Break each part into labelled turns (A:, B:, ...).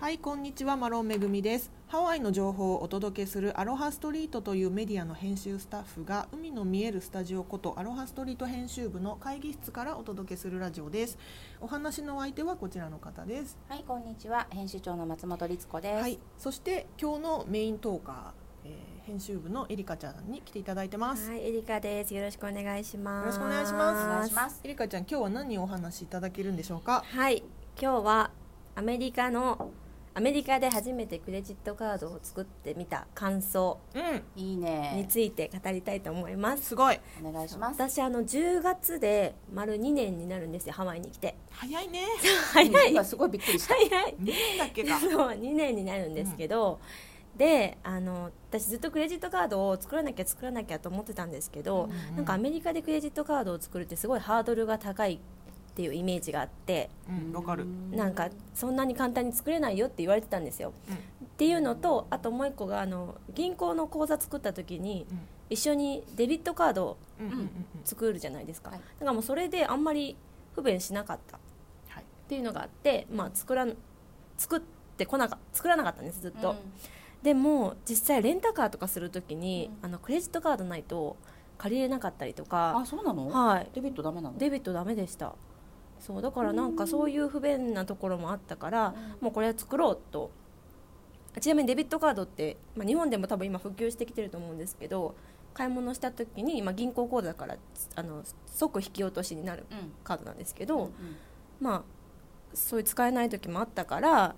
A: はいこんにちはマロンめぐみですハワイの情報をお届けするアロハストリートというメディアの編集スタッフが海の見えるスタジオことアロハストリート編集部の会議室からお届けするラジオですお話のお相手はこちらの方です
B: はい、こんにちは。編集長の松本律子です。
A: はいそして今日のメイントーカー、えー編集部のエリカちゃんに来ていただいてます、
C: はい、エリカです。よろしくお願いし
A: よ
C: ま
A: ろ
C: す。
A: しくお願いし
B: お願
A: ます
B: いします。
A: エリカちゃん今日は何をお話しいただけるんでしょうか
C: はい、今日はアメリカのアメリカで初めてクレジットカードを作ってみた感想
A: うん
B: いい
C: に
B: ね。
C: ついて語りたいと思います。
A: すごい
B: お願いします。
C: 私あの10月で丸2年になるんですよハワイに来て
A: 早いね
C: 早い
B: 今
C: 早
B: すごいびっくりした。
C: い
A: 2年だっけか
C: そう2年になるんですけど、であの私ずっとクレジットカードを作らなきゃ作らなきゃと思ってたんですけど、
A: うん
C: なんかアメリカでクレジットカードを作るってすごいハードルが高いっていうイメージがあって、
A: うんわかる
C: なんかそんなに簡単に作れないよって言われてたんですよ。
A: うん
C: っていうのとあともう一個があの銀行の口座作った時に
A: うん
C: 一緒にデビットカードを
A: うんうんうんうん
C: 作るじゃないですか、
B: はい
C: だからもうそれであんまり不便しなかったっ
A: はい
C: ていうのがあって、まあ、作らん作ってこなか作らなかったんですずっ
B: うん
C: と、でも実際レンタカーとかする時に、
B: う
C: あのクレジットカードないと借りれなかったりと
B: あ、
C: か
B: そうなの？
C: はい
B: デビットダメなの？
C: デビットダメでしたそうだからなんかそういう不便なところもあったから、もうこれは作ろうとあちなみにデビットカードって、まあ、日本でも多分今普及してきてると思うんですけど買い物した時に、まあ、銀行口座だからあの即引き落としになる
B: うん。
C: カードなんですけ
B: う
C: ど、
B: ん
C: まあそういう使えない時もあったからっ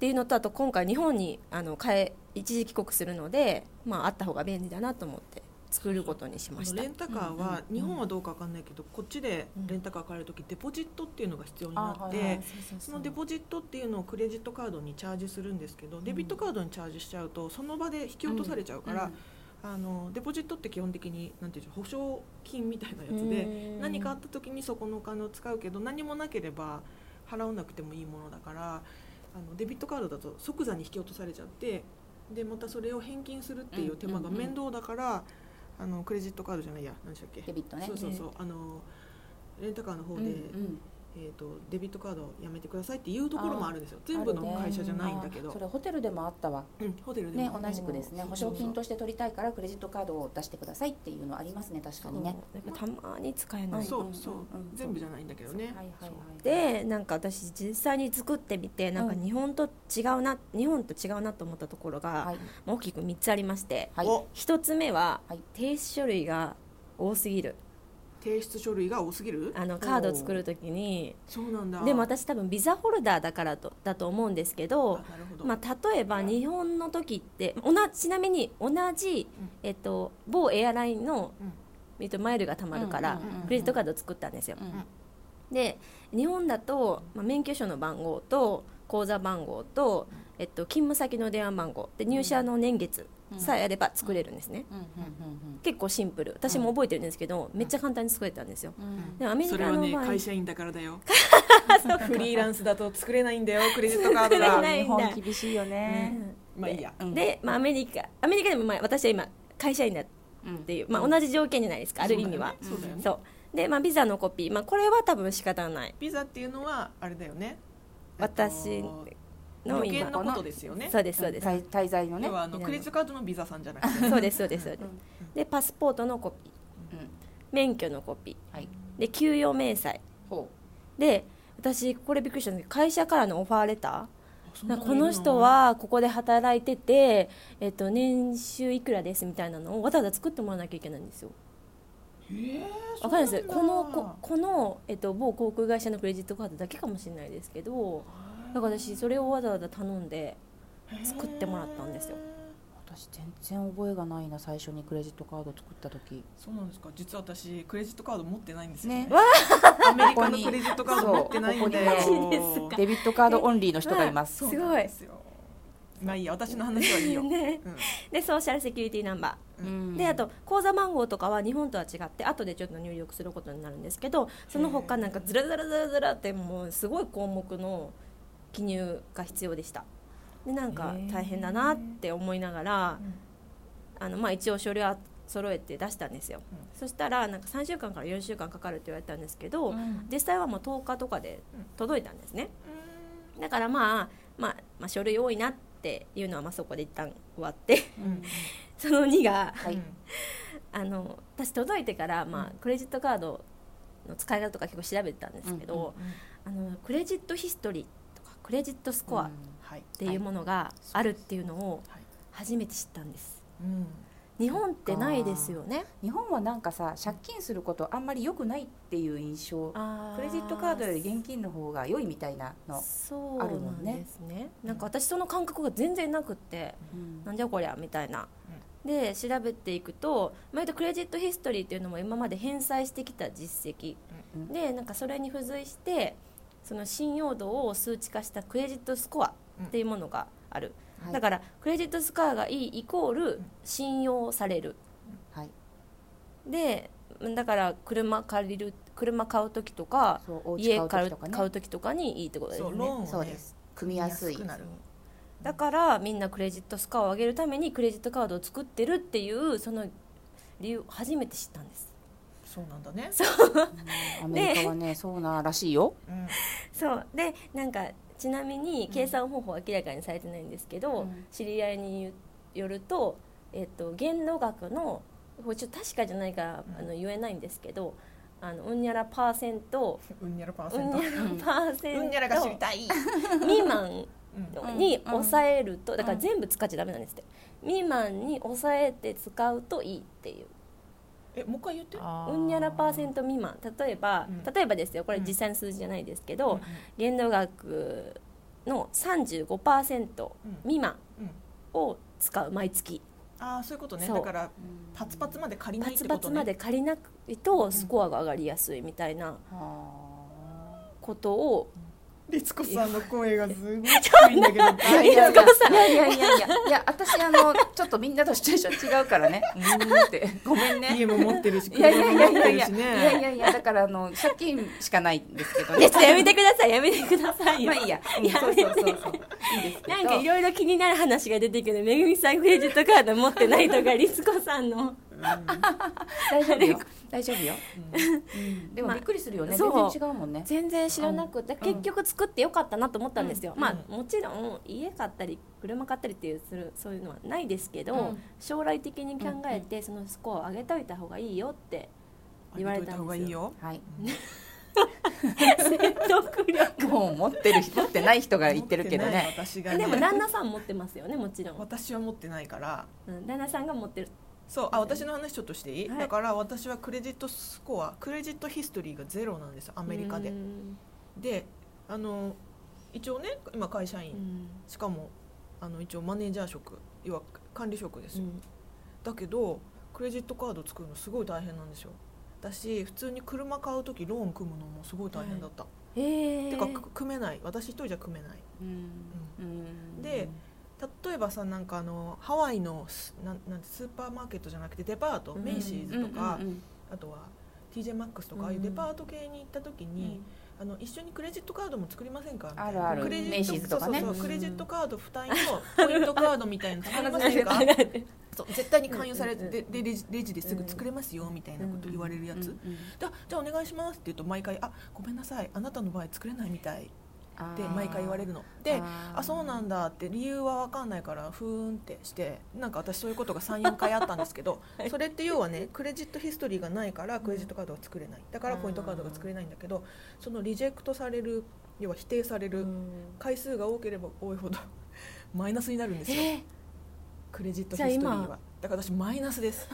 C: ていうのとあと今回日本にあの帰一時帰国するので、まあ、あった方が便利だなと思って作ることにしました
A: レンタカーは
B: うんうん
A: 日本はどうかわかんないけどこっちでレンタカー借りる時デポジットっていうのが必要にな
B: あ
A: っ
B: はいはい
A: て
C: そう
A: そのデポジットっていうのをクレジットカードにチャージするんですけどデビットカードにチャージしちゃうとその場で引き落とされちゃうからあのデポジットって基本的になんていうんでしょう保証金みたいなやつで何かあった時にそこのお金を使うけど何もなければ払わなくてもいいものだからあのデビットカードだと即座に引き落とされちゃってでまたそれを返金するっていう手間が面倒だから、あのクレジットカードじゃないや何でしたっけ
B: デビットね。
A: そうそうそうあのレンタカーの方で、
B: うんうん
A: えー、とデビットカードやめてくださいっていうところもあるんですよ全部の
B: あるね
A: 会社じゃないんだけど、
B: あそれホテルでもあったわ。
A: うん、ホテルで
B: ね
A: も、
B: 同じくですね。
A: うん
B: 保証
A: そ
B: 金
A: うそう
B: として取りたいからクレジットカードを出してくださいっていうのありますね。確かにね。
C: たまに使えない
B: ん
A: そう
B: うん
A: そう
B: うんうん
A: 全部じゃないんだけどね
B: はいはいはい。、
C: でなんか私実際に作ってみてなんか
B: うん
C: 日本と違うな、日本と違うなと思ったところが、
B: はい
C: まあ大きく3つありまして、
B: はい。
A: お
C: 1つ目は、
B: はい
C: 提出書類が多すぎる
A: 提出書類が多すぎる
C: あのカードを作る時に
A: そうなんだ
C: でも私多分ビザホルダーだからとだと思うんですけ
A: あ
C: ど
A: なるほど、
C: まあ、例えば日本の時って同じちなみに同じ、
A: うん
C: えっと、某エアラインの
A: うん、
C: えっと、マイルがたまるか
B: う
C: ら、
B: んうんうんうん
C: クレジットカードを作ったんですよ、
B: うん
C: で日本だと、まあ、免許証の番号と口座番号と、えっと、勤務先の電話番号で入社の年月さえあれば作れるんですね、
B: うんうん
C: 結構シンプル私も覚えてるんですけど、めっちゃ簡単に作れたんですよ
B: うんうんうん。
C: でもアメリ
A: それ
C: カ
A: は
C: の
A: ね
C: 場合、
A: 会社員だからだ よフリーランスだと作れないんだよ クレジットカード
C: 作れ
A: が
C: ない
B: 日本厳しいよ
C: う
B: ね。
C: ん
A: まあいいや、
B: うん、
C: で、まあ、アメリカアメリカでも、まあ、私は今会社員だっ
B: うん
C: ていう、まあ、同じ条件じゃないですかある意味は
A: そうだよねそうだよね
C: そうで、まあ、ビザのコピー、まあ、これは多分仕方ない
A: ビザっていうのはあれだよね
C: 私の
A: 旅
C: 今
A: 券のことですよね
C: そうですそうです、
B: 滞滞在のね
A: 要はあのクレジットカードのビザさんじゃなくて
C: そうですそうですそうですでパスポートのコピー
B: うん
C: 免許のコピ
B: はい
C: ーで給与明細
B: ほ
C: で私これびっくりしたんですけど会社からのオファーレターなんかこ
A: いい
C: の人はここで働いてて、えっと、年収いくらですみたいなのをわざわざ作ってもらわなきゃいけないんですよ
A: へえ
C: わかんないです
A: そ
C: こ
A: うな
C: の
A: んだ
C: ここの、えっと、某航空会社のクレジットカードだけかもしれないですけどだから私それをわざわざ頼んで作ってもらったんですよ
A: へえ
B: う私全然覚えがないな最初にクレジットカード作った時
A: そうなんですか実は私クレジットカード持ってないんですよね
B: ね
A: アメリカのクレジットカード持ってないんだよ
B: そう
C: ここにマジです か
B: デビットカードオンリーの人がいます
C: す
A: そう
C: ご
A: なん
C: い
A: で、よまあいいや私の話はいいよ、
C: ね、
A: うん
C: でソーシャルセキュリティナンバー
B: うん
C: であと口座番号とかは日本とは違って後でちょっと入力することになるんですけどその他なんかずらずらずらずらってもうすごい項目の記入が必要でしたでなんか
B: へー
C: 大変だなって思いながら
A: うん
C: あの、まあ、一応書類は揃えて出したんですよ、
A: う
C: そしたらなんか3週間から4週間かかるって言われたんですけ
B: う
C: ど、
B: ん
C: 実際はもう10日とかで
A: うん
C: 届いたんですねだからまあまあ、まあ書類多いなっていうのはまあそこで一旦終わって
A: うん
C: その2が
B: はい
C: あの私届いてから、まあ
B: う、
C: クレジットカードの使い方とか結構調べてたんですけど、あのクレジットヒストリーとかクレジットスコアっ
A: はい
C: ていうものがあるっていうのを
A: はい
C: 初めて知ったんです。
A: うん
C: 日本ってないですよね。
B: 日本はなんかさ借金することあんまり良くないっていう印象ク
C: ク
B: レジットカードより現金の方が良いみたいなの、
C: そう
B: あるも
C: なんん
B: ね
C: ですねなんか私その感覚が全然なくって
B: うん
C: なんじゃこりゃみたいな、で調べていくと毎度クレジットヒストリーっていうのも今まで返済してきた実績、
B: うん
C: でなんかそれに付随してその信用度を数値化したクレジットスコアっていうものがある、
B: はい
C: だからクレジットスコアがいいイコール
A: ん
C: 信用される
B: はい、
C: でだから車借りる車買う時とか
B: そうお家
C: 家
B: 買う時
C: 買う
B: とかね
C: 買う時とかにいいってことです
A: そ
C: よ
A: う
C: ね
A: ローンをね
B: そうです組みやすい
A: くなる
C: だからみんなクレジットスコアを上げるためにクレジットカードを作ってるっていうその理由を初めて知ったんです
A: そうなんだね
B: アメリカはねそうならしいよ、
A: うん
C: そうでなんかちなみに計算方法は明らかにされてないんですけど、
B: うん
C: 知り合いによると、えっと、限度額のこれちょっと確かじゃないから
A: うん
C: あの言えないんですけどあのうんにゃらパーセント
A: うんにゃらパー
C: う
A: セン
C: ん
A: ト
C: にゃらパーセ
A: うん
C: ン
A: にゃらが知り
C: ト
A: たい
C: 未満
A: うん
C: に抑えると、
B: ん
C: だから全部使っちゃダメなんですって未満に抑えて使うといいっていう
A: えもう一回言って
C: うんにゃらパーセ
B: ト
C: ント未満例えば、
A: うん
C: 例えばですよこれ
A: うん
C: 実際の数字じゃないですけ
A: うん
C: ど、限度額の35%未満
A: うん
C: を使う毎月
A: ああそういうことね
C: そう
A: だからパツパツまで借り
C: パ
A: ないって
C: ツ
A: こ
C: パ
A: とね
C: ツまで借りなくとスコアが上がりやすいみたいな
B: は
C: ことを、
A: 律子さんの声がすごい低いんだけど
B: あいや
A: 大
B: いや
A: 丈
B: いやいやいやいやいや私あのちょっとみんなとシチュエーション違うからね うーんってごめん
A: 夫
B: ね
A: 家も持ってるし
B: いや
A: 車
B: いや
A: も
B: い
A: 持っ
B: やいや
A: て
B: い
A: る
B: や
A: し
B: い
A: ね
B: やいやいやだからあの借金しかないんですけど
C: いや
B: ね
C: ちょっとやめてください やめてくださいよ
B: まあいいや、うん、そうそうそうそういいですけど
C: なんかいろいろ気になる話が出てくるめぐみさんクレジットカード持ってない とか律子さんの
B: 大丈夫よ大丈夫よ、うん、でも
C: まあ
B: びっくりするよね、
C: そう
B: 全然違うもんね
C: 全然知らなくて、
B: ん
C: 結局作ってよかったなと思ったんですよ、
A: うん
C: まあ
A: う
C: もちろん家買ったり車買ったりっていうするそういうのはないですけど、
B: うん
C: 将来的に考えてそのスコアを上げといた方がいいよって言われたんですよ
A: 方がいいよ
B: はい
C: 説得力
B: もう持ってる持ってない人が言ってるけど
A: 持っ
B: ね
A: てない私が ね
C: でも旦那さん持ってますよねもちろん、
A: 私は持ってないから
C: うん、旦那さんが持ってる
A: そうあ私の話ちょっとしていい、
C: はい
A: だから私はクレジットスコアクレジットヒストリーがゼロなんですよア
C: ア
A: メリカでであの一応ね今会社員、しかもあの一応マネージャー職要は管理職ですよ、だけどクレジットカード作るのすごい大変なんですよ私普通に車買う時ローン組むのもすごい大変だった、
C: えー、
A: てかく組めない私一人じゃ組めない
B: うん
A: で例えばさなんかあのハワイのスなんなんてスーパーマーケットじゃなくてデパート、
C: うん
A: メイシーズとか、
B: うんうんうん
A: あとは TJ マックスとかああいうデパート系に行った時に、あの一緒にクレジットカードも作りませんかみたいな
B: あるある
A: クレジット
B: メイシーズとかね
A: そうそうそう
C: うん
A: クレジットカード付帯のポイントカードみたいなの作りませんかそう絶対に勧誘されてででレジレジですぐ作れますよみたいなこと言われるやつ、
B: うんうん
A: だじゃあお願いしますって言うと毎回「あごめんなさいあなたの場合作れないみたい」って毎回言われるのであそうなんんだって理由は分かんないからふーんってしてなんか私そういうことが34回あったんですけど、それって要はねクレジットヒストリーがないからクレジットカードが作れないだからポイントカードが作れないんだけどそのリジェクトされる要は否定される回数が多ければ多いほどマイナスになるんですよ、
C: え
A: クレジットヒストリ
C: じゃあ
A: ーは
C: 今
A: だから私マイナスです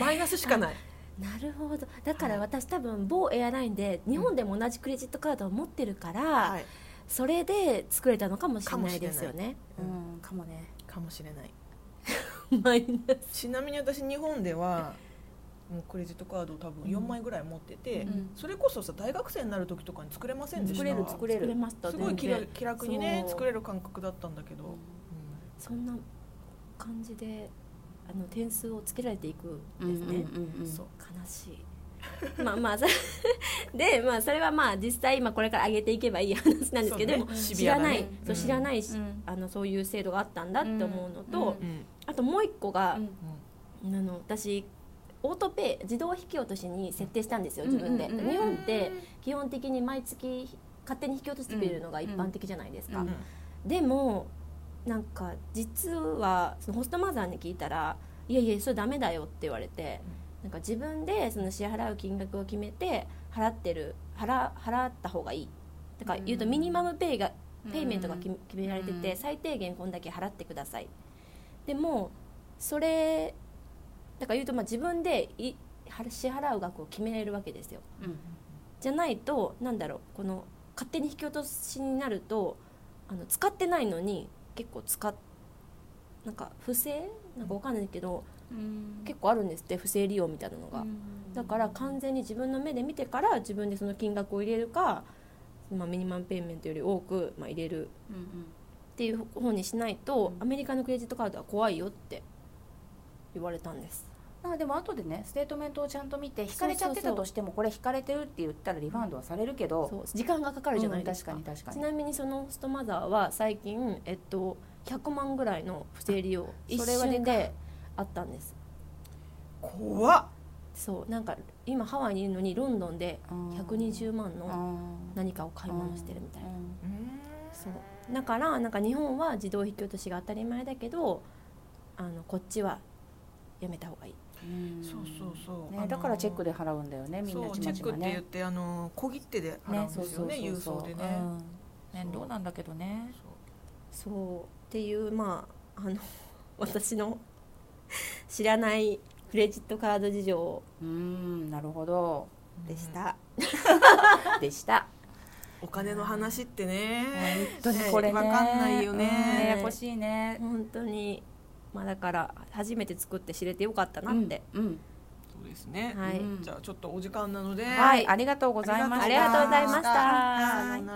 A: マイナスしかない
C: ーなるほどだから私多分某エアラインで日本でも同じクレジットカードを持ってるから、
A: はい
C: それで作れたのかもしれ
A: かも
C: な
A: しれ
C: い
A: ない
C: ですよね
B: うんかもね
A: かもしれない
C: マイナス
A: ちなみに私日本ではもうクレジットカードを多分4枚ぐらい持ってて、
B: うん
A: それこそさ大学生になる時とかに作れませんでした
B: 作れる作れる
C: 作れました
A: すごい気楽
C: 全然
A: 気楽にね
C: そう
A: 作れる感覚だったんだけど、
C: そんな感じであの点数をつけられていく
B: うんん
C: ですね、
B: うんうん
A: そう
C: 悲しい まあまあそれで、まあ、それはまあ実際今これから上げていけばいい話なんです
A: そ
C: けど、
A: う
C: で
A: ね
C: も
A: シ
C: 知
A: ビア
C: ら
A: だ
C: ない、
A: ね
C: そう知らないし、
B: うん
C: あのそういう制度があったんだって思うのと、
B: うん
A: うんうん
C: あともう一個が、
B: うん
C: あの私オートペイ自動引き落としに設定したんですよ
B: うん
C: 自分で、
B: うんうん
C: 日本って基本的に毎月勝手に引き落としてくれるのが一般的じゃないですか、
B: うん
A: うん
C: でもなんか実はそのホストマザーに聞いたら「いやいやそれダメだよ」って言われて、なんか自分でその支払う金額を決めて払ってる払払った方がいいだから言うと
B: うん
C: ミニマムペイが
B: うん
C: ペイメントが決め決められてて、
B: うん
C: 最低限こんだけ払ってくださいでもそれだから言うとまあ自分でい払支払う額を決めれるわけですよ
B: うん
C: じゃないとなんだろうこの勝手に引き落としになるとあの使ってないのに結構使っなんか不正なんかわかんないけど、結構あるんですって不正利用みたいなのが、だから完全に自分の目で見てから自分でその金額を入れるか、まあ、ミニマムペイメントより多く、まあ、入れる
B: うんうん
C: っていう方にしないと、
B: うん
C: アメリカのクレジットカードは怖いよって言われたんです
B: まあでも後でねステートメントをちゃんと見て引かれちゃってたとしてもこれ引かれてるって言ったらリファンドはされるけど
C: そう時間がかかるじゃないですか,、
B: うん確かに確
C: ち
B: か
C: なみにそのホストマザーは最近、えっと、100万ぐらいの不正利用一
B: それはでかい
C: 瞬であったんです
A: 怖っ
C: そうなんか今ハワイにいるのにロンドンで
B: に
C: 120万の
B: の
C: 何かを買い物してるみたいなそううだからなんか日本は自動引き落としが当たり前だけどあのこっちはやめた方がいい
B: ん
A: そうそうそうあ
B: ね
A: の
B: だからチェックで払うんだよねみん
A: そ
B: な
A: う
B: ち
A: チェ
B: ま
A: ッ
B: ち
A: クっ
B: ま
A: て
B: ね
A: 言ってあの小切手で払うんですよね郵送でね、
B: うん面倒なんだけどね
C: そうっていうまああの 私の 知らないクレジットカード事情
B: うんなるほど
A: そう
C: でした、
B: で した
A: お金の話ってね
B: 本当にこれね
A: わかんないよね
B: うんややこしいね
C: 本当にまあだから初めて作って知れてよかったなって、
B: うん
A: そうですね、
C: はい、
B: うん
A: じゃあちょっとお時間なので、
B: はいありがとうございました
C: ありがとうございました
A: ありがとうございましたさ
C: はい
A: ようなら